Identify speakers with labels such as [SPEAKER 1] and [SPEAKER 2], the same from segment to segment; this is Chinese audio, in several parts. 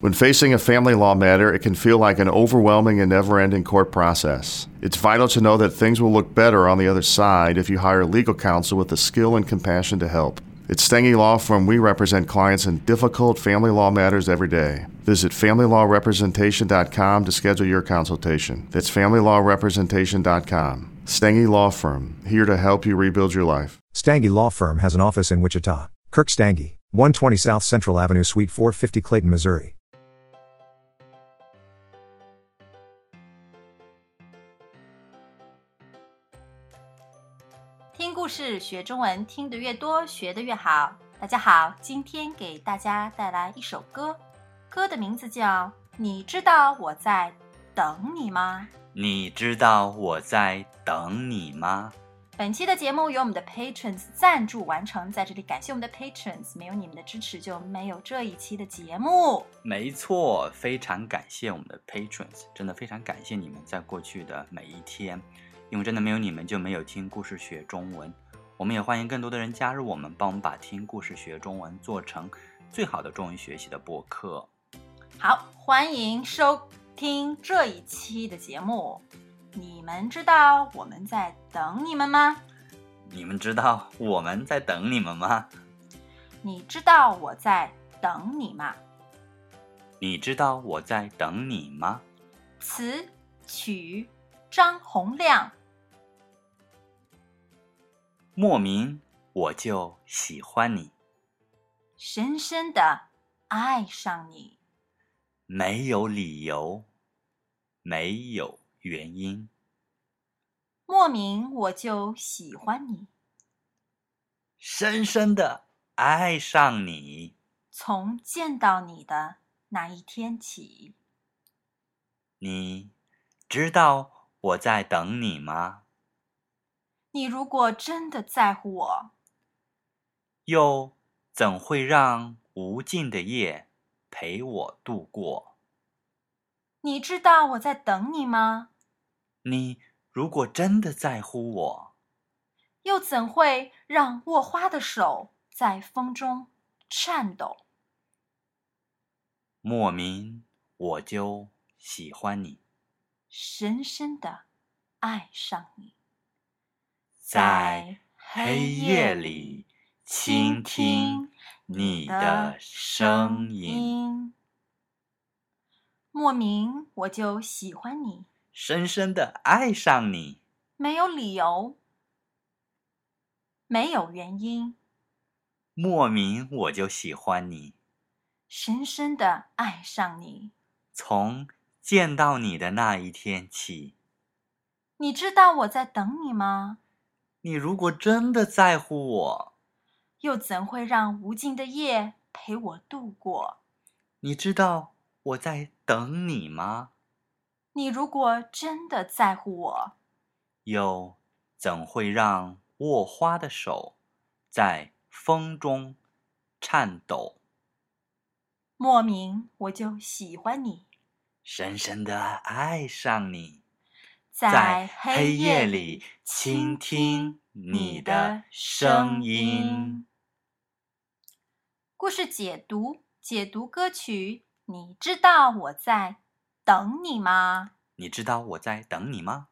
[SPEAKER 1] When facing a family law matter, it can feel like an overwhelming and never ending court process. It's vital to know that things will look better on the other side if you hire legal counsel with the skill and compassion to help. At Stengy Law Firm, we represent clients in difficult family law matters every day. Visit FamilyLawRepresentation.com to schedule your consultation. That's FamilyLawRepresentation.com. Stengy Law Firm, here to help you rebuild your life.
[SPEAKER 2] Stangy Law Firm has an office in Wichita, Kirk Stangy, 120 South Central Avenue, Suite 450, Clayton, Missouri.
[SPEAKER 3] 听故事学中文，听得越多，学得越好。大家好，今天给大家带来一首歌，歌的名字叫《你知道我在等你吗》。
[SPEAKER 4] 你知道我在等你吗？
[SPEAKER 3] 本期的节目由我们的 Patrons 赞助完成，在这里感谢我们的 Patrons，没有你们的支持就没有这一期的节目。
[SPEAKER 4] 没错，非常感谢我们的 patrons，真的非常感谢你们在过去的每一天，因为真的没有你们就没有听故事学中文。我们也欢迎更多的人加入我们，帮我们把听故事学中文做成最好的中文学习的播客。
[SPEAKER 3] 好，欢迎收听这一期的节目。你们知道我们在等你们吗？
[SPEAKER 4] 你们知道我们在等你们吗？
[SPEAKER 3] 你知道我在等你吗？
[SPEAKER 4] 你知道我在等你吗？
[SPEAKER 3] 词曲张洪亮。
[SPEAKER 4] 莫名我就喜欢你，
[SPEAKER 3] 深深的爱上你，
[SPEAKER 4] 没有理由，没有原因，
[SPEAKER 3] 莫名我就喜欢你，
[SPEAKER 4] 深深的爱上你。
[SPEAKER 3] 从见到你的那一天起。
[SPEAKER 4] 你知道我在等你吗？
[SPEAKER 3] 你如果真的在乎我，
[SPEAKER 4] 又怎会让无尽的夜陪我度过？
[SPEAKER 3] 你知道我在等你吗？
[SPEAKER 4] 你如果真的在乎我，
[SPEAKER 3] 又怎会让握花的手在风中颤抖？
[SPEAKER 4] 莫名我就喜欢你。
[SPEAKER 3] 深深的爱上你，
[SPEAKER 4] 在黑夜里倾听你的声音，
[SPEAKER 3] 音。莫名我就喜欢你，
[SPEAKER 4] 深深的爱上你。
[SPEAKER 3] 没有理由，没有原因，
[SPEAKER 4] 莫名我就喜欢你，
[SPEAKER 3] 深深的爱上你。
[SPEAKER 4] 从见到你的那一天起。
[SPEAKER 3] 你知道我在等你吗？
[SPEAKER 4] 你如果真的在乎我，
[SPEAKER 3] 又怎会让无尽的夜陪我度过？
[SPEAKER 4] 你知道我在等你吗？
[SPEAKER 3] 你如果真的在乎我，
[SPEAKER 4] 又怎会让握花的手在风中颤抖？
[SPEAKER 3] 莫名我就喜欢你。
[SPEAKER 4] 深深的爱上你，
[SPEAKER 3] 在
[SPEAKER 4] 黑夜
[SPEAKER 3] 夜
[SPEAKER 4] 里倾听你的声音。。
[SPEAKER 3] 故事解读，解读歌曲。你知道我在等你吗？
[SPEAKER 4] 你知道我在等你吗？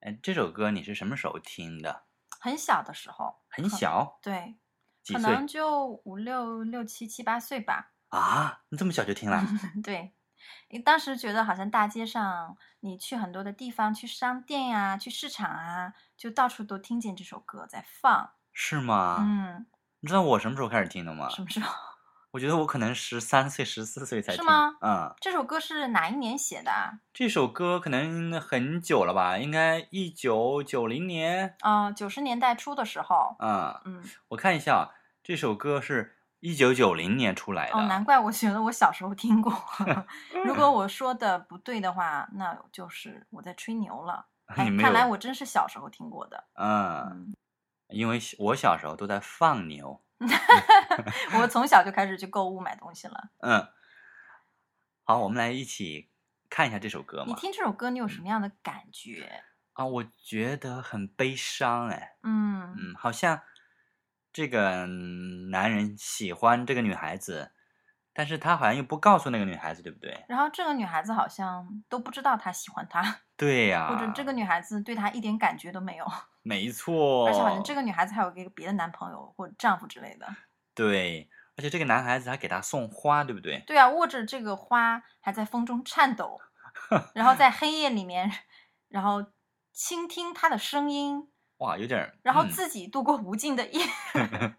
[SPEAKER 4] 哎，这首歌你是什么时候听的？
[SPEAKER 3] 很小的时候，
[SPEAKER 4] 很小，
[SPEAKER 3] 对，
[SPEAKER 4] 几
[SPEAKER 3] 可
[SPEAKER 4] 岁
[SPEAKER 3] 能就五六六七七八岁吧。
[SPEAKER 4] 啊？你这么小就听了？
[SPEAKER 3] 对，诶当时觉得好像大街上，你去很多的地方，去商店呀、去市场啊，就到处都听见这首歌在放。
[SPEAKER 4] 是吗？
[SPEAKER 3] 嗯，
[SPEAKER 4] 你知道我什么时候开始听的吗？
[SPEAKER 3] 什么时候？
[SPEAKER 4] 我觉得我可能十三岁、十四岁才
[SPEAKER 3] 是
[SPEAKER 4] 听。
[SPEAKER 3] 吗
[SPEAKER 4] 嗯，
[SPEAKER 3] 这首歌是哪一年写的啊？
[SPEAKER 4] 这首歌可能很久了吧，应该一九九零年。
[SPEAKER 3] 啊、九十年代初的时候。
[SPEAKER 4] 啊、
[SPEAKER 3] 嗯，
[SPEAKER 4] 我看一下啊，这首歌是一九九零年出来的。
[SPEAKER 3] 哦，
[SPEAKER 4] 嗯
[SPEAKER 3] 难怪我觉得我小时候听过。 如果我说的不对的话，那就是我在吹牛了。哎
[SPEAKER 4] 啊你，没有
[SPEAKER 3] 看来我真是小时候听过 的。
[SPEAKER 4] 嗯，因为我小时候都在放牛。
[SPEAKER 3] 我从小就开始去购物买东西了。
[SPEAKER 4] 嗯，好，我们来一起看一下这首歌
[SPEAKER 3] 你
[SPEAKER 4] 嘛。
[SPEAKER 3] 听这首歌，
[SPEAKER 4] 嗯
[SPEAKER 3] 你有什么样的感觉？
[SPEAKER 4] 啊，我觉得很悲伤哎。
[SPEAKER 3] 嗯
[SPEAKER 4] 嗯，好像这个嗯男人喜欢这个女孩子，但是他好像又不告诉那个女孩子，对不对？
[SPEAKER 3] 然后这个女孩子好像都不知道他喜欢他，
[SPEAKER 4] 对呀、
[SPEAKER 3] 或者这个女孩子对他一点感觉都没有，
[SPEAKER 4] 哦没错，
[SPEAKER 3] 而且好像这个女孩子还有一个别的男朋友或者丈夫之类的。
[SPEAKER 4] 对，而且这个男孩子还给她送花，对不对？
[SPEAKER 3] 对啊，握着这个花还在风中颤 抖，然后在黑夜里面，然后倾听他的声音，
[SPEAKER 4] 哇，有点儿，
[SPEAKER 3] 然后
[SPEAKER 4] 嗯
[SPEAKER 3] 自己度过无尽的 夜，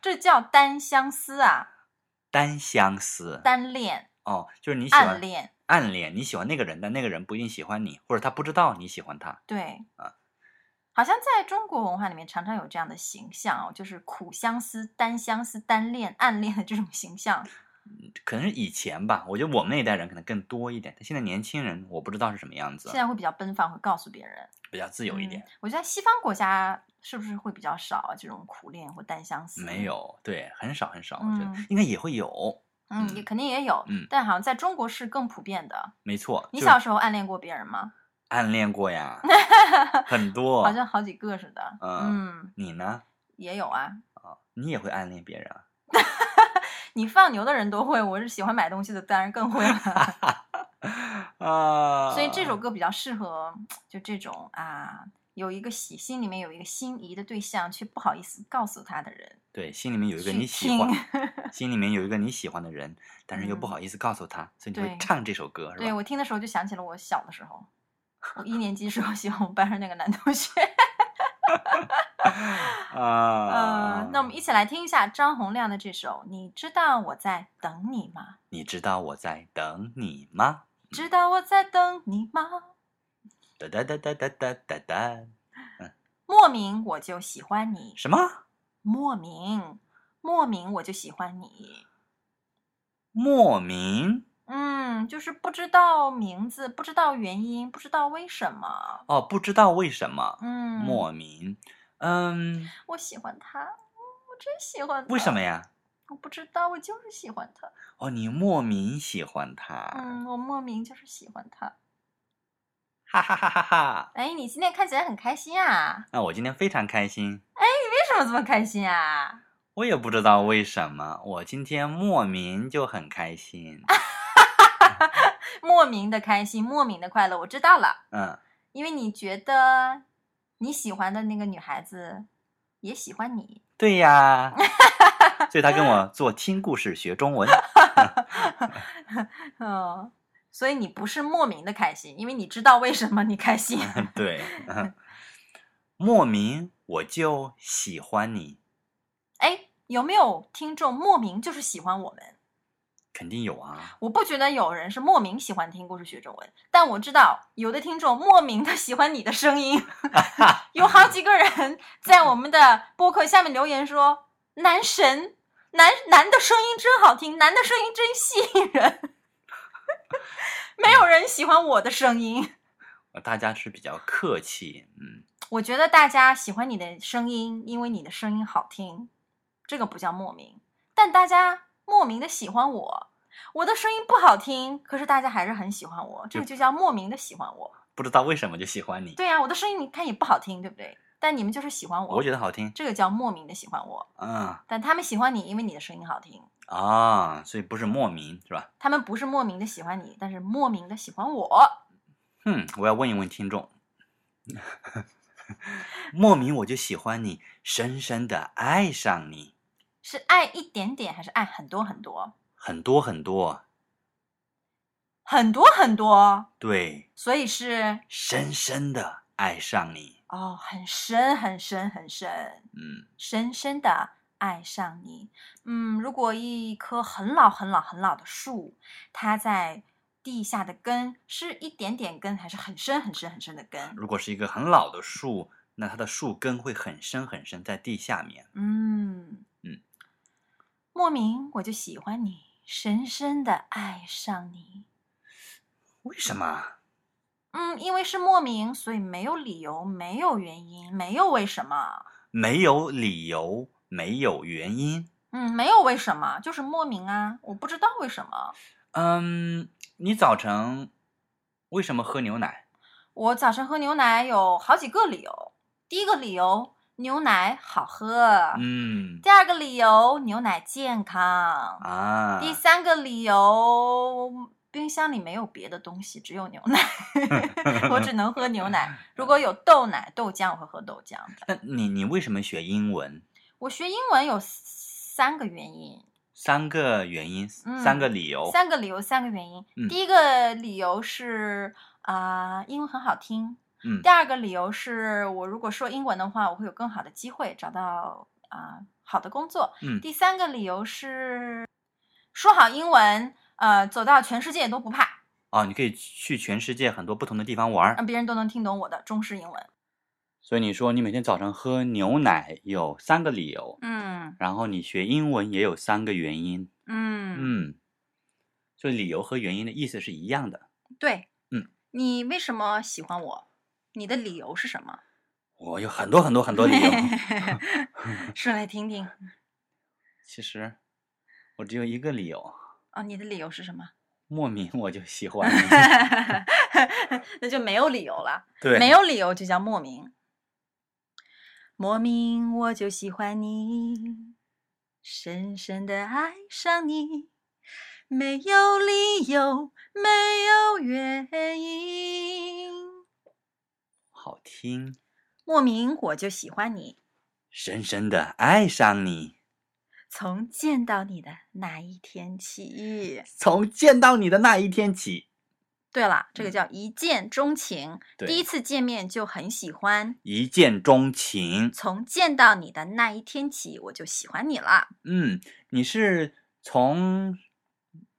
[SPEAKER 3] 这叫单相思啊，
[SPEAKER 4] 单相思
[SPEAKER 3] 单恋、
[SPEAKER 4] 哦，就是你喜欢
[SPEAKER 3] 暗恋，
[SPEAKER 4] 暗恋，你喜欢那个人，但那个人不一定喜欢你，或者他不知道你喜欢他。
[SPEAKER 3] 对
[SPEAKER 4] 啊。
[SPEAKER 3] 好像在中国文化里面常常有这样的形象哦，就是苦相思、单相思、单恋、暗恋的这种形象。
[SPEAKER 4] 可能是以前吧，我觉得我们那一代人可能更多一点，但现在年轻人我不知道是什么样子
[SPEAKER 3] 现，在会比较奔放，会告诉别人。
[SPEAKER 4] 比较自由一
[SPEAKER 3] 嗯
[SPEAKER 4] 点。
[SPEAKER 3] 我觉得西方国家是不是会比较少啊这种苦恋或单相思？
[SPEAKER 4] 没，有，对，很少很少，我觉得
[SPEAKER 3] 嗯
[SPEAKER 4] 应该也会有，
[SPEAKER 3] 嗯，
[SPEAKER 4] 嗯
[SPEAKER 3] 也肯定也有，
[SPEAKER 4] 嗯
[SPEAKER 3] 但好像在中国是更普遍的。
[SPEAKER 4] 没错。
[SPEAKER 3] 你
[SPEAKER 4] 就
[SPEAKER 3] 小时候暗恋过别人 吗？
[SPEAKER 4] 暗恋 过呀，很多。
[SPEAKER 3] 好像好几个似的。
[SPEAKER 4] 嗯
[SPEAKER 3] 嗯，
[SPEAKER 4] 你呢？
[SPEAKER 3] 也有啊。
[SPEAKER 4] 啊，你也会暗恋别人啊？
[SPEAKER 3] 你放牛的人都会，我是喜欢买东西的，当然更会 了。
[SPEAKER 4] 啊，
[SPEAKER 3] 所以这首歌比较适合就这种啊，有一个喜心里面有一个心仪的对象，却不好意思告诉他的人。
[SPEAKER 4] 对，心里面有一个
[SPEAKER 3] 去
[SPEAKER 4] 你喜欢，
[SPEAKER 3] 听
[SPEAKER 4] 心里面有一个你喜欢的人，但是又不
[SPEAKER 3] 嗯
[SPEAKER 4] 好意思告诉他，所以你会
[SPEAKER 3] 对
[SPEAKER 4] 唱这首歌，是吧？
[SPEAKER 3] 对我听的时候就想起了我小的时候，我一年级时候喜欢我们班上那个男同 学。
[SPEAKER 4] 啊、
[SPEAKER 3] 呃，那我们一起来听一下张洪量的这首《你知道我在等你吗？
[SPEAKER 4] 你知道我在等你吗？
[SPEAKER 3] 知道我在等你吗？
[SPEAKER 4] 哒哒哒哒哒哒哒哒，
[SPEAKER 3] 莫名我就喜欢你，
[SPEAKER 4] 什么？
[SPEAKER 3] 莫名莫名我就喜欢你。
[SPEAKER 4] 莫名
[SPEAKER 3] 嗯，就是不知道名字，不知道原因，不知道为什么。
[SPEAKER 4] 哦，不知道为什么、
[SPEAKER 3] 嗯，
[SPEAKER 4] 莫名，嗯，
[SPEAKER 3] 我喜欢他，我真喜欢他。
[SPEAKER 4] 为什么？呀？
[SPEAKER 3] 我不知道，我就是喜欢他。
[SPEAKER 4] 哦，你莫名喜欢他，
[SPEAKER 3] 嗯，我莫名就是喜欢他。
[SPEAKER 4] 哈哈哈哈哈！
[SPEAKER 3] 哎，你今天看起来很开心啊？
[SPEAKER 4] 那我今天非常开心，
[SPEAKER 3] 为什么这么开心啊？
[SPEAKER 4] 我也不知道为什么，我今天莫名就很开心。
[SPEAKER 3] 莫名的开心，莫名的快乐。我知道了，
[SPEAKER 4] 嗯，
[SPEAKER 3] 因为你觉得你喜欢的那个女孩子也喜欢你。
[SPEAKER 4] 对 呀，所以他跟我做听故事学中文。
[SPEAKER 3] 嗯，所以你不是莫名的开心，因为你知道为什么你开心。
[SPEAKER 4] 对， 莫名我就喜欢你，
[SPEAKER 3] 哎，有没有听众莫名就是喜欢我们？
[SPEAKER 4] 肯定有啊。
[SPEAKER 3] 我不觉得有人是莫名喜欢听故事学中文，但我知道有的听众莫名的喜欢你的声音，有好几个人在我们的播客下面留言说：“男神，男男的声音真好听，男的声音真吸引人。” 没有人喜欢我的声音，
[SPEAKER 4] 大家是比较客气，嗯，
[SPEAKER 3] 我觉得大家喜欢你的声音，因为你的声音好听，这个不叫莫名。但大家莫名的喜欢我，我的声音不好听，可是大家还是很喜欢我，这个就叫莫名的喜欢我。
[SPEAKER 4] 不知道为什么就喜欢你。
[SPEAKER 3] 对啊呀、我的声音你看也不好听，对不对？但你们就是喜欢我，
[SPEAKER 4] 我觉得好听，
[SPEAKER 3] 这个叫莫名的喜欢我。
[SPEAKER 4] 嗯
[SPEAKER 3] 但他们喜欢你，因为你的声音好听。
[SPEAKER 4] 啊，所以不是莫名是吧？
[SPEAKER 3] 他们不是莫名的喜欢你，但是莫名的喜欢我。
[SPEAKER 4] 嗯，我要问一问听众， 莫名我就喜欢你，深深的爱上你，
[SPEAKER 3] 是爱一点点，还是爱很多很多
[SPEAKER 4] 很多很多，
[SPEAKER 3] 很多很多？
[SPEAKER 4] 对，
[SPEAKER 3] 所以是
[SPEAKER 4] 深深的爱上你，
[SPEAKER 3] 哦，很深很深很深。
[SPEAKER 4] 嗯，
[SPEAKER 3] 深深的爱上你。嗯，如果一棵很老很老很老的树，它在地下的根是一点点根，还是很深很深很深的根？
[SPEAKER 4] 如果是一个很老的树，那它的树根会很深很深，在地下面。
[SPEAKER 3] 嗯
[SPEAKER 4] 嗯，
[SPEAKER 3] 莫名我就喜欢你，深深的爱上你。
[SPEAKER 4] 为什么？
[SPEAKER 3] 嗯，因为是莫名，所以没有理由，没有原因，没有为什么。
[SPEAKER 4] 没有理由，没有原因。
[SPEAKER 3] 嗯，没有为什么，就是莫名啊，我不知道为什么。
[SPEAKER 4] 嗯，你早晨为什么喝牛奶？
[SPEAKER 3] 我早晨喝牛奶有好几个理由。第一个理由牛奶好喝。
[SPEAKER 4] 嗯
[SPEAKER 3] 第二个理由，牛奶健康。
[SPEAKER 4] 啊，
[SPEAKER 3] 第三个理由，冰箱里没有别的东西，只有牛 奶，我只能喝牛奶。如果有豆奶、豆浆，我会喝豆浆。
[SPEAKER 4] 那你你为什么学英文？
[SPEAKER 3] 我学英文有三个原因，
[SPEAKER 4] 三个原因，
[SPEAKER 3] 嗯
[SPEAKER 4] 三个理由。
[SPEAKER 3] 三个理由，三个原因。
[SPEAKER 4] 哦嗯
[SPEAKER 3] 第一个理由是啊、英文很好听。
[SPEAKER 4] 嗯
[SPEAKER 3] 第二个理由是我如果说英文的话，我会有更好的机会找到啊、好的工作。
[SPEAKER 4] 嗯
[SPEAKER 3] 第三个理由是说好英文，呃，走到全世界都不怕。
[SPEAKER 4] 哦，你可以去全世界很多不同的地方玩
[SPEAKER 3] 让
[SPEAKER 4] 儿。
[SPEAKER 3] 别人都能听懂我的中式英文。
[SPEAKER 4] 所以你说你每天早上喝牛奶有三个理由，
[SPEAKER 3] 嗯
[SPEAKER 4] 然后你学英文也有三个原因。
[SPEAKER 3] 嗯，
[SPEAKER 4] 嗯，所以理由和原因的意思是一样的。
[SPEAKER 3] 对，
[SPEAKER 4] 嗯，
[SPEAKER 3] 你为什么喜欢我？你的理由是什么？
[SPEAKER 4] 我有很多很多很多理 由。
[SPEAKER 3] 说来听听
[SPEAKER 4] 其实我只有一个理由，
[SPEAKER 3] 啊、你的理由是什么？
[SPEAKER 4] 莫名 我就喜欢你。
[SPEAKER 3] 那就没有理由了，
[SPEAKER 4] 对，
[SPEAKER 3] 没有理由就叫莫名。莫名我就喜欢你，深深的爱上你，没有理由，没有原因。
[SPEAKER 4] 好听，
[SPEAKER 3] 莫名我就喜欢你，
[SPEAKER 4] 深深的爱上你，
[SPEAKER 3] 从见到你的那一天起。
[SPEAKER 4] 从见到你的那一天起，
[SPEAKER 3] 对了，这个
[SPEAKER 4] 嗯
[SPEAKER 3] 叫一见钟情，
[SPEAKER 4] 对
[SPEAKER 3] 第一次见面就很喜欢。
[SPEAKER 4] 一见钟情。
[SPEAKER 3] 从见到你的那一天起，我就喜欢你了。
[SPEAKER 4] 嗯，你是从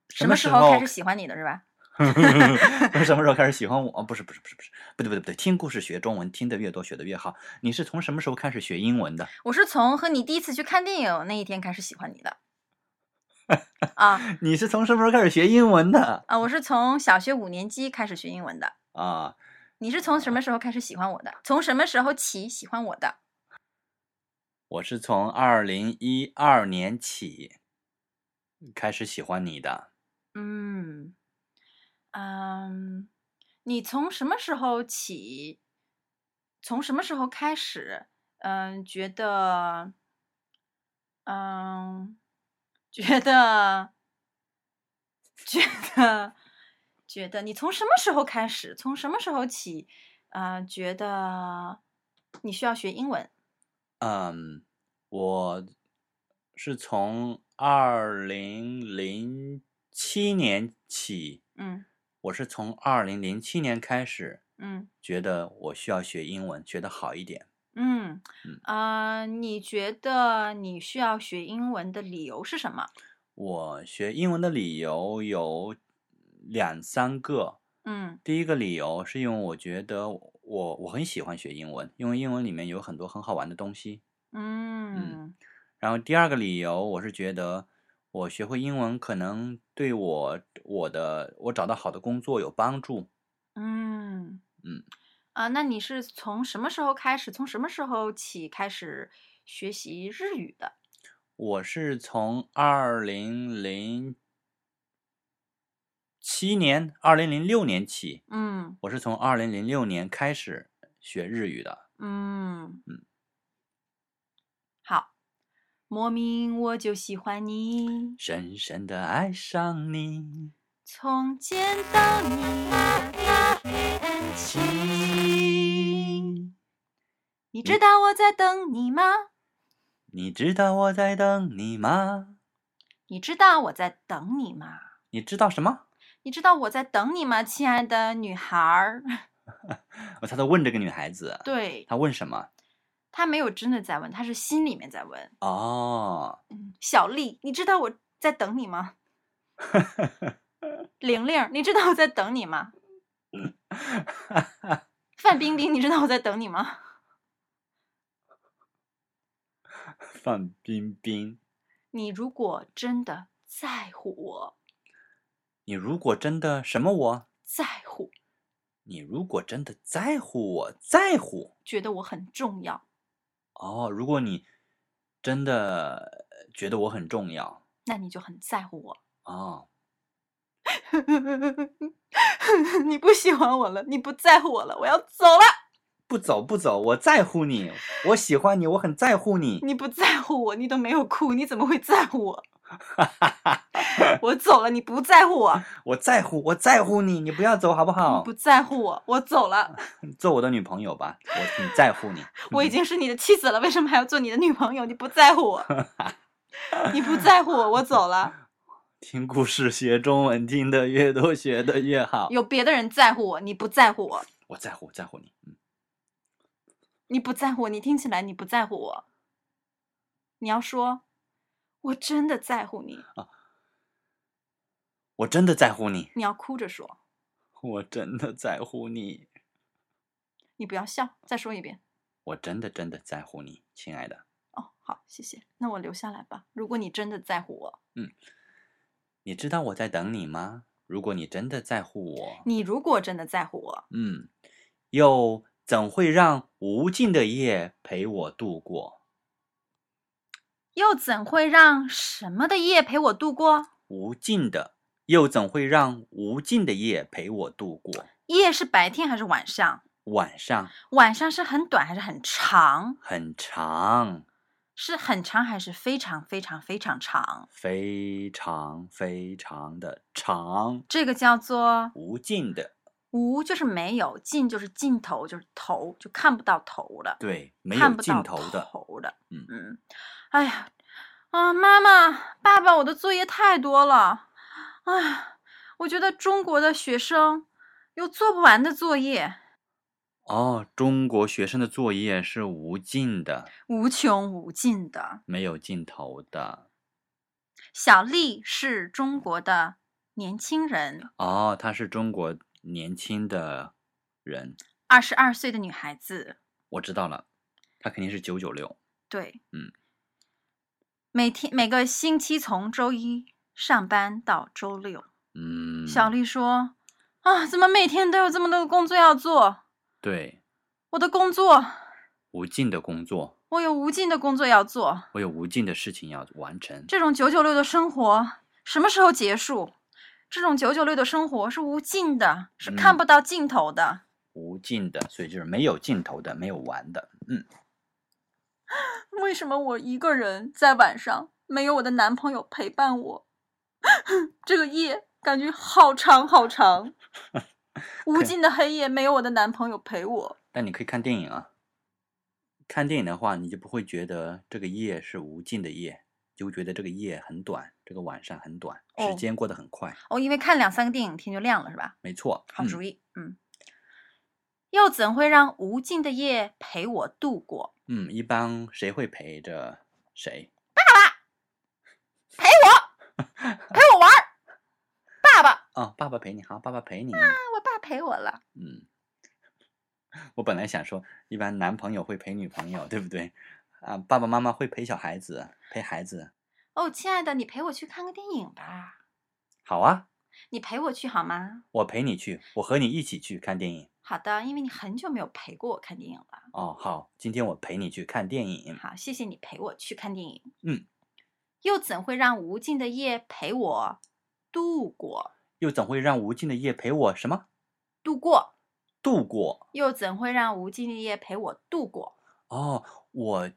[SPEAKER 3] 什
[SPEAKER 4] 么
[SPEAKER 3] 时
[SPEAKER 4] 时
[SPEAKER 3] 候开始？
[SPEAKER 4] 候
[SPEAKER 3] 喜欢你的是吧？
[SPEAKER 4] 不是什么时候开始喜欢我？哦，不是，不是，不是，不是，不对，不对，不对。听故事学中文，听得越多，学得越好。你是从什么时候开始学英文的？
[SPEAKER 3] 我是从和你第一次去看电影那一天开始喜欢你的。啊
[SPEAKER 4] 你是从什么时候开始学英文的？
[SPEAKER 3] 啊！我是从小学五年级开始学英文的。
[SPEAKER 4] 啊，
[SPEAKER 3] 你是从什么时候开始喜欢我的？从什么时候起喜欢我的？
[SPEAKER 4] 我是从二零一二年起开始喜欢你的。
[SPEAKER 3] 嗯，嗯，你从什么时候起，从什么时候开始，嗯，觉得，嗯，觉得，觉得，觉得，你从什么时候开始，从什么时候起，啊，觉得你需要学英文？
[SPEAKER 4] 嗯，我是从二零零七年起，
[SPEAKER 3] 嗯
[SPEAKER 4] 我是从二零零七年开始
[SPEAKER 3] 嗯
[SPEAKER 4] 觉得我需要学英文，学得好一点。
[SPEAKER 3] 嗯
[SPEAKER 4] 嗯，
[SPEAKER 3] 啊，你觉得你需要学英文的理由是什么？
[SPEAKER 4] 我学英文的理由有两三个，
[SPEAKER 3] 嗯
[SPEAKER 4] 第一个理由是因为我觉得我我很喜欢学英文，因为英文里面有很多很好玩的东西。
[SPEAKER 3] 嗯
[SPEAKER 4] 然后第二个理由，我是觉得我学会英文可能对我我的我找到好的工作有帮助。
[SPEAKER 3] 嗯
[SPEAKER 4] 嗯
[SPEAKER 3] 啊，那你是从什么时候开始？从什么时候起开始学习日语的？
[SPEAKER 4] 我是从二零零七年、二零零六年起，
[SPEAKER 3] 嗯
[SPEAKER 4] 我是从二零零六年开始学日语的。
[SPEAKER 3] 嗯
[SPEAKER 4] 嗯，
[SPEAKER 3] 好，莫名我就喜欢你，
[SPEAKER 4] 深深的爱上你，
[SPEAKER 3] 从见到你的那一天起，你
[SPEAKER 4] 嗯
[SPEAKER 3] 知道我在等你吗？
[SPEAKER 4] 你知道我在等你吗？
[SPEAKER 3] 你知道我在等你吗？
[SPEAKER 4] 你知道什么？
[SPEAKER 3] 你知道我在等你吗，亲爱的女孩儿？
[SPEAKER 4] 哦，他在问这个女孩子，
[SPEAKER 3] 对
[SPEAKER 4] 他问什么？
[SPEAKER 3] 他没有真的在问，他是心里面在问。
[SPEAKER 4] 哦，
[SPEAKER 3] 小丽，你知道我在等你吗？玲玲，你知道我在等你吗？范冰冰，你知道我在等你吗？
[SPEAKER 4] 范冰冰，
[SPEAKER 3] 你如果真的在乎我，
[SPEAKER 4] 你如果真的什么我，
[SPEAKER 3] 在乎，
[SPEAKER 4] 你如果真的在乎我，在乎
[SPEAKER 3] 觉得我很重要，
[SPEAKER 4] 哦，如果你真的觉得我很重要
[SPEAKER 3] 那你就很在乎我。
[SPEAKER 4] 哦，
[SPEAKER 3] 你不喜欢我了，你不在乎我了，我要走了。
[SPEAKER 4] 不不走不走，我在乎你，我喜欢你，我很在乎你。
[SPEAKER 3] 你不在乎我，你都没有哭，你怎么会在乎我？我走了，你不在乎我，
[SPEAKER 4] 我在乎，我在乎你，你不要走好不好
[SPEAKER 3] 你？不在乎我，我走了，
[SPEAKER 4] 做我的女朋友吧，我挺在乎你。
[SPEAKER 3] 我已经是你的妻子了，为什么还要做你的女朋友？你不在乎我，你不在乎我，我走了。
[SPEAKER 4] 听故事学中文，听得越多学得越好。
[SPEAKER 3] 有别的人在乎我，你不在乎我，
[SPEAKER 4] 我在乎，我在乎你。嗯，
[SPEAKER 3] 你不在乎我，你听起来你不在乎我。你要说，我真的在乎你，
[SPEAKER 4] 我真的在乎你，
[SPEAKER 3] 你要哭着说，
[SPEAKER 4] 我真的在乎你，
[SPEAKER 3] 你不要笑，再说一遍。
[SPEAKER 4] 我真的真的在乎你，亲爱的。
[SPEAKER 3] 哦，好，谢谢。那我留下来吧。如果你真的在乎我，
[SPEAKER 4] 你知道我在等你吗？如果你真的在乎我，
[SPEAKER 3] 你如果真的在乎我，
[SPEAKER 4] 嗯，又怎会让无尽的夜陪我度过？
[SPEAKER 3] 又怎会让什么的夜陪我度过？
[SPEAKER 4] 无尽的，又怎会让无尽的夜陪我度过？
[SPEAKER 3] 夜是白天还是晚上？
[SPEAKER 4] 晚上
[SPEAKER 3] 晚上是很短还是很长？
[SPEAKER 4] 很长，
[SPEAKER 3] 是很长还是非常非常非常长？
[SPEAKER 4] 非常非常的长，
[SPEAKER 3] 这个叫做
[SPEAKER 4] 无尽的，
[SPEAKER 3] 无，就是没有；尽就是尽头，就是头，就看不到头了，
[SPEAKER 4] 对，没
[SPEAKER 3] 看
[SPEAKER 4] 有
[SPEAKER 3] 不
[SPEAKER 4] 尽
[SPEAKER 3] 到
[SPEAKER 4] 头的。
[SPEAKER 3] 头的。
[SPEAKER 4] 嗯
[SPEAKER 3] 嗯，哎呀，啊，妈妈，爸爸，我的作业太多了，哎，我觉得中国的学生有做不完的作业，
[SPEAKER 4] 哦，中国学生的作业是无尽的，
[SPEAKER 3] 无穷无尽的。
[SPEAKER 4] 没有尽头的。
[SPEAKER 3] 小丽是中国的年轻人，
[SPEAKER 4] 哦，他是中国年轻的人，
[SPEAKER 3] 二十二岁的女孩子。
[SPEAKER 4] 我知道了，他肯定是九九六。
[SPEAKER 3] 对，
[SPEAKER 4] 嗯，
[SPEAKER 3] 每天每个星期从周一上班到周六。
[SPEAKER 4] 嗯，
[SPEAKER 3] 小丽说：“啊，怎么每天都有这么多的工作要做？
[SPEAKER 4] 对
[SPEAKER 3] 我的工作，
[SPEAKER 4] 无尽的工作，
[SPEAKER 3] 我有无尽的工作要做。
[SPEAKER 4] 我有无尽的事情要完成。
[SPEAKER 3] 这种九九六的生活什么时候结束？这种九九六的生活是无尽的，是看
[SPEAKER 4] 嗯
[SPEAKER 3] 不到尽头的。
[SPEAKER 4] 无尽的，所以就是没有尽头的，没有完的。嗯，
[SPEAKER 3] 为什么我一个人在晚上没有我的男朋友陪伴我？ 这个夜感觉好长好长，无尽的黑夜没有我的男朋友陪我。
[SPEAKER 4] 但你可以看电影啊。看电影的话，你就不会觉得这个夜是无尽的夜，就会觉得这个夜很短，这个晚上很短，时
[SPEAKER 3] 哦
[SPEAKER 4] 间过得很快。
[SPEAKER 3] 哦，因为看两三个电影天就亮了，是吧？
[SPEAKER 4] 没错，
[SPEAKER 3] 好主
[SPEAKER 4] 意。
[SPEAKER 3] 意，嗯。又怎会让无尽的夜陪我度过？
[SPEAKER 4] 嗯，一般谁会陪着谁？
[SPEAKER 3] 陪我玩儿，爸爸，啊
[SPEAKER 4] 哦，爸爸陪你，好，爸爸陪你。
[SPEAKER 3] 我爸陪我了。
[SPEAKER 4] 嗯， 我本来想说，一般男朋友会陪女朋友，对不对？啊，爸爸妈妈会陪小孩子，陪孩子。
[SPEAKER 3] 哦，亲爱的，你陪我去看个电影吧，
[SPEAKER 4] 好啊，
[SPEAKER 3] 你陪我去好吗？
[SPEAKER 4] 我陪你去，我和你一起去看电影。
[SPEAKER 3] 好的，因为你很久没有陪过我看电影了。
[SPEAKER 4] 哦，好，今天我陪你去看电影。
[SPEAKER 3] 好，谢谢你陪我去看电影。
[SPEAKER 4] 嗯，
[SPEAKER 3] 又怎会让无尽的夜陪我度过？
[SPEAKER 4] 又怎会让无尽的夜陪我什么
[SPEAKER 3] 度过，
[SPEAKER 4] 度过？
[SPEAKER 3] 又怎会让无尽的夜陪我度过？
[SPEAKER 4] 哦，我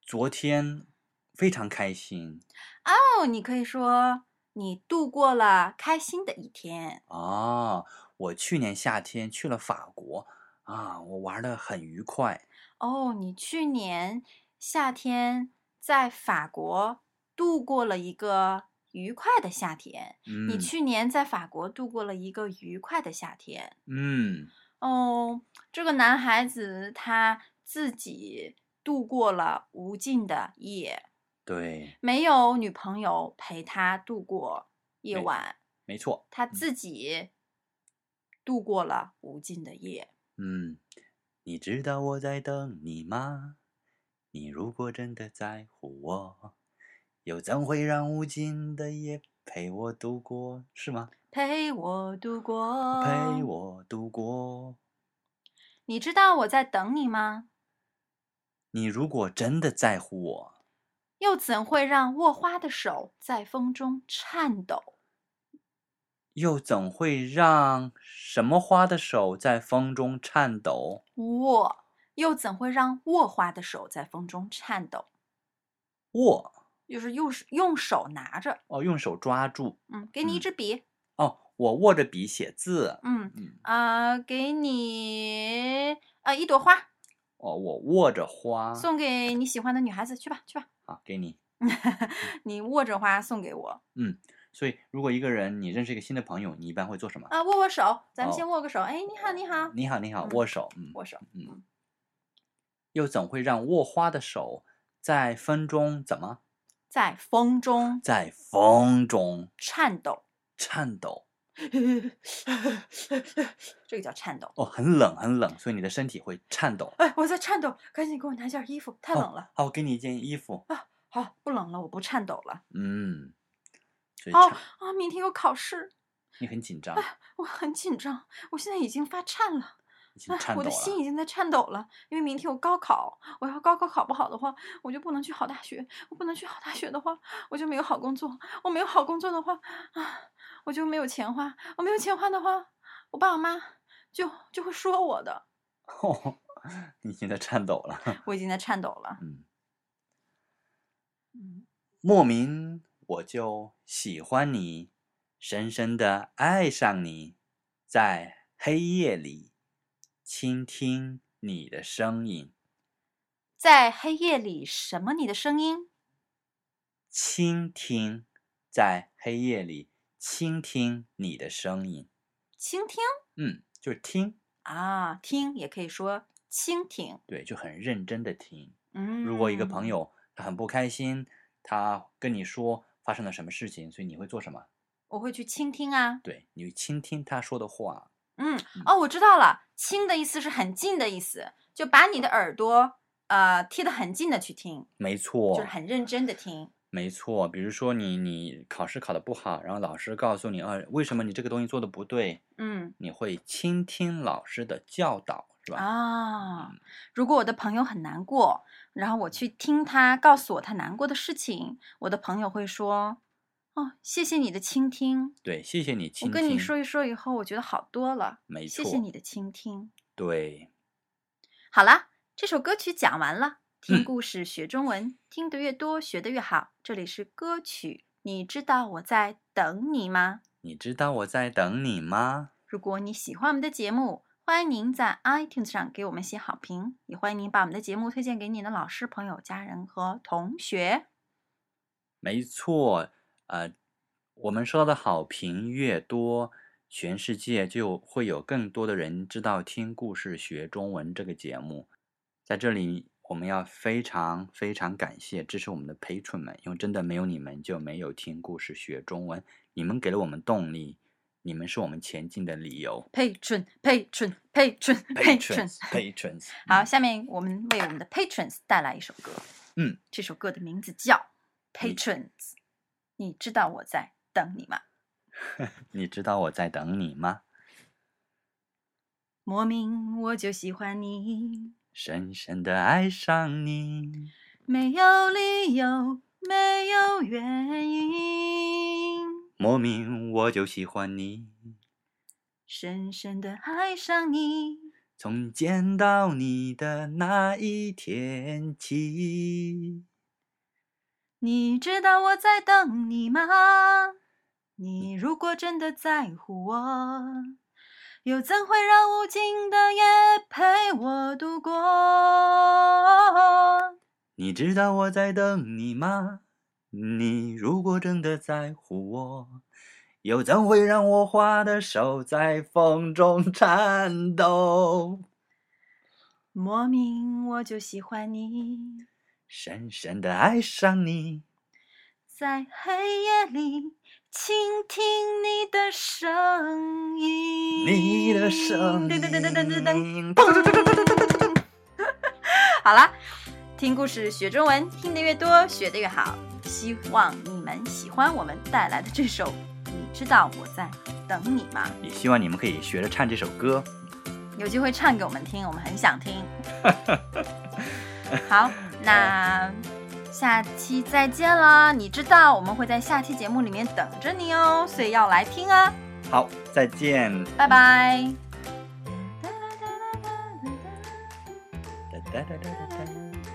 [SPEAKER 4] 昨天非常开心
[SPEAKER 3] 哦，你可以说你度过了开心的一天。
[SPEAKER 4] 哦，我去年夏天去了法国啊，我玩的很愉快。
[SPEAKER 3] 哦，你去年夏天在法国度过了一个愉快的夏天。
[SPEAKER 4] 嗯，
[SPEAKER 3] 你去年在法国度过了一个愉快的夏天。
[SPEAKER 4] 嗯
[SPEAKER 3] 哦，这个男孩子他自己度过了无尽的夜，
[SPEAKER 4] 对，
[SPEAKER 3] 没有女朋友陪他度过夜
[SPEAKER 4] 没嗯
[SPEAKER 3] 晚，
[SPEAKER 4] 没错。
[SPEAKER 3] 他自己度过了无尽的夜。
[SPEAKER 4] 嗯，你知道我在等你吗？你如果真的在乎我，又怎会让无尽的夜陪我度过？是吗？
[SPEAKER 3] 陪我度过，
[SPEAKER 4] 陪。我度过。
[SPEAKER 3] 你知道我在等你吗？
[SPEAKER 4] 你如果真的在乎我，
[SPEAKER 3] 又怎会让握花的手在风中颤抖？
[SPEAKER 4] 又怎会让什么花的手在风中颤抖？
[SPEAKER 3] 握又怎会让握花的手在风中颤抖？
[SPEAKER 4] 握
[SPEAKER 3] 就是用手用手拿着，
[SPEAKER 4] 哦，用手抓住
[SPEAKER 3] 嗯，给你一
[SPEAKER 4] 嗯
[SPEAKER 3] 支笔，
[SPEAKER 4] 哦，我握着笔写字，
[SPEAKER 3] 嗯
[SPEAKER 4] 嗯，
[SPEAKER 3] 啊、给你啊、一朵花，
[SPEAKER 4] 哦，我握着花，
[SPEAKER 3] 送给你喜欢的女孩子，去吧去吧，
[SPEAKER 4] 好给你。
[SPEAKER 3] 你握着花送给我
[SPEAKER 4] 所以，如果一个人你认识一个新的朋友，你一般会做什么？
[SPEAKER 3] 啊、握握手，咱们
[SPEAKER 4] 哦
[SPEAKER 3] 先握个手，哎，你好你好，
[SPEAKER 4] 你好，你好，
[SPEAKER 3] 嗯
[SPEAKER 4] 握手，嗯，
[SPEAKER 3] 握手，
[SPEAKER 4] 嗯，又怎会让握花的手在风中怎么
[SPEAKER 3] 在风中
[SPEAKER 4] 在风中
[SPEAKER 3] 颤 抖，
[SPEAKER 4] 颤抖？
[SPEAKER 3] 这个叫颤抖。
[SPEAKER 4] 哦，很冷，很冷，所以你的身体会颤抖。
[SPEAKER 3] 哎，我在颤抖，赶紧给我拿件衣服，太冷了。
[SPEAKER 4] 好，我给你一件衣服。
[SPEAKER 3] 好，不冷了，我不颤抖了。
[SPEAKER 4] 嗯，所以
[SPEAKER 3] 哦
[SPEAKER 4] 颤
[SPEAKER 3] 啊，明天有考试，
[SPEAKER 4] 你很紧张，
[SPEAKER 3] 我很紧张，我现在已经发颤了。
[SPEAKER 4] 已经
[SPEAKER 3] 哎，
[SPEAKER 4] 颤抖
[SPEAKER 3] 我的
[SPEAKER 4] 了。
[SPEAKER 3] 心已经在颤抖了，因为明天有高考，我要高考考不好的话，我就不能去好大学，我不能去好大学的话，我就没有好工作，我没有好工作的话，啊，我就没有钱花，我没有钱花的话，我爸我妈就就会说我的。
[SPEAKER 4] 你现在颤抖了。
[SPEAKER 3] 我已经在颤抖了，
[SPEAKER 4] 嗯，
[SPEAKER 3] 嗯，
[SPEAKER 4] 莫名我就喜欢你，深深的爱上你，在黑夜里倾听你的声音，
[SPEAKER 3] 在黑夜里，什么你的声音？
[SPEAKER 4] 倾听，在黑夜里倾听你的声音。
[SPEAKER 3] 倾听
[SPEAKER 4] 嗯，就是听，
[SPEAKER 3] 啊，听也可以说倾听。
[SPEAKER 4] 对，就很认真的听。
[SPEAKER 3] 嗯，
[SPEAKER 4] 如果一个朋友他很不开心，他跟你说发生了什么事情，所以你会做什么？
[SPEAKER 3] 我会去倾听啊。
[SPEAKER 4] 对，你会倾听他说的话。
[SPEAKER 3] 嗯，哦，我知道了，倾的意思是很近的意思，就把你的耳朵呃贴得很近的去听，
[SPEAKER 4] 没错，
[SPEAKER 3] 就是很认真的听。
[SPEAKER 4] 没错，比如说你你考试考得不好，然后老师告诉你啊，为什么你这个东西做的不对，
[SPEAKER 3] 嗯
[SPEAKER 4] 你会倾听老师的教导，是吧？嗯
[SPEAKER 3] 啊，如果我的朋友很难过，然后我去听他告诉我他难过的事情，我的朋友会说：“哦，谢谢你的倾听，
[SPEAKER 4] 对，谢谢你倾
[SPEAKER 3] 我
[SPEAKER 4] 听。
[SPEAKER 3] 跟你说一说以后，我觉得好多了，
[SPEAKER 4] 没
[SPEAKER 3] 谢
[SPEAKER 4] 错，
[SPEAKER 3] 谢你的倾听。”
[SPEAKER 4] 对，
[SPEAKER 3] 好啦，这首歌曲讲完了。听
[SPEAKER 4] 嗯
[SPEAKER 3] 故事学中文，听得越多，学得越好。这里是歌曲，你知道我在等你吗？
[SPEAKER 4] 你知道我在等你吗？
[SPEAKER 3] 如果你喜欢我们的节目，欢迎您在 iTunes 上给我们写好评，也欢迎您把我们的节目推荐给你的老师、朋友、家人和同学。
[SPEAKER 4] 没错，呃，我们收到的好评越多，全世界就会有更多的人知道听故事学中文这个节目。在这里，我们要非常非常感谢支持我们的 patron 们，因为真的没有你们就没有听故事学中文，你们给了我们动力，你们是我们前进的 理由。
[SPEAKER 3] Patron, patron, patron, patron。
[SPEAKER 4] patrons，patrons，
[SPEAKER 3] 好，下面我们为我们的 patrons 带来一首歌。
[SPEAKER 4] 嗯，
[SPEAKER 3] 这首歌的名字叫
[SPEAKER 4] 你
[SPEAKER 3] Patrons。你知道我在等你吗？
[SPEAKER 4] 你知道我在等你吗？
[SPEAKER 3] 莫名我就喜欢你，
[SPEAKER 4] 深深的爱上你，
[SPEAKER 3] 没有理由，没有原因，
[SPEAKER 4] 莫名我就喜欢你。
[SPEAKER 3] 深深的爱上你。
[SPEAKER 4] 从见到你的那一天起，
[SPEAKER 3] 你知道我在等你吗？你如果真的在乎我，又怎会让无尽的夜陪我度过？
[SPEAKER 4] 你知道我在等你吗？你如果真的在乎我，又怎会让我花的手在风中颤抖？
[SPEAKER 3] 莫名我就喜欢你，
[SPEAKER 4] 深深的爱上你，
[SPEAKER 3] 在黑夜里倾听你的声音，
[SPEAKER 4] 你的声音。
[SPEAKER 3] 噔噔噔噔噔噔噔。
[SPEAKER 4] 噔。
[SPEAKER 3] 好啦，听故事学中文，听得越多，学得越好。希望你们喜欢我们带来的这首《你知道我在等你吗》，
[SPEAKER 4] 也希望你们可以学着唱这首歌。
[SPEAKER 3] 有机会唱给我们听，我们很想听。 好，那下期再见啦！你知道我们会在下期节目里面等着你哦，所以要来听啊！
[SPEAKER 4] 好，再见。
[SPEAKER 3] 拜拜。
[SPEAKER 4] 哒哒哒哒哒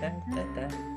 [SPEAKER 4] 哒哒哒哒。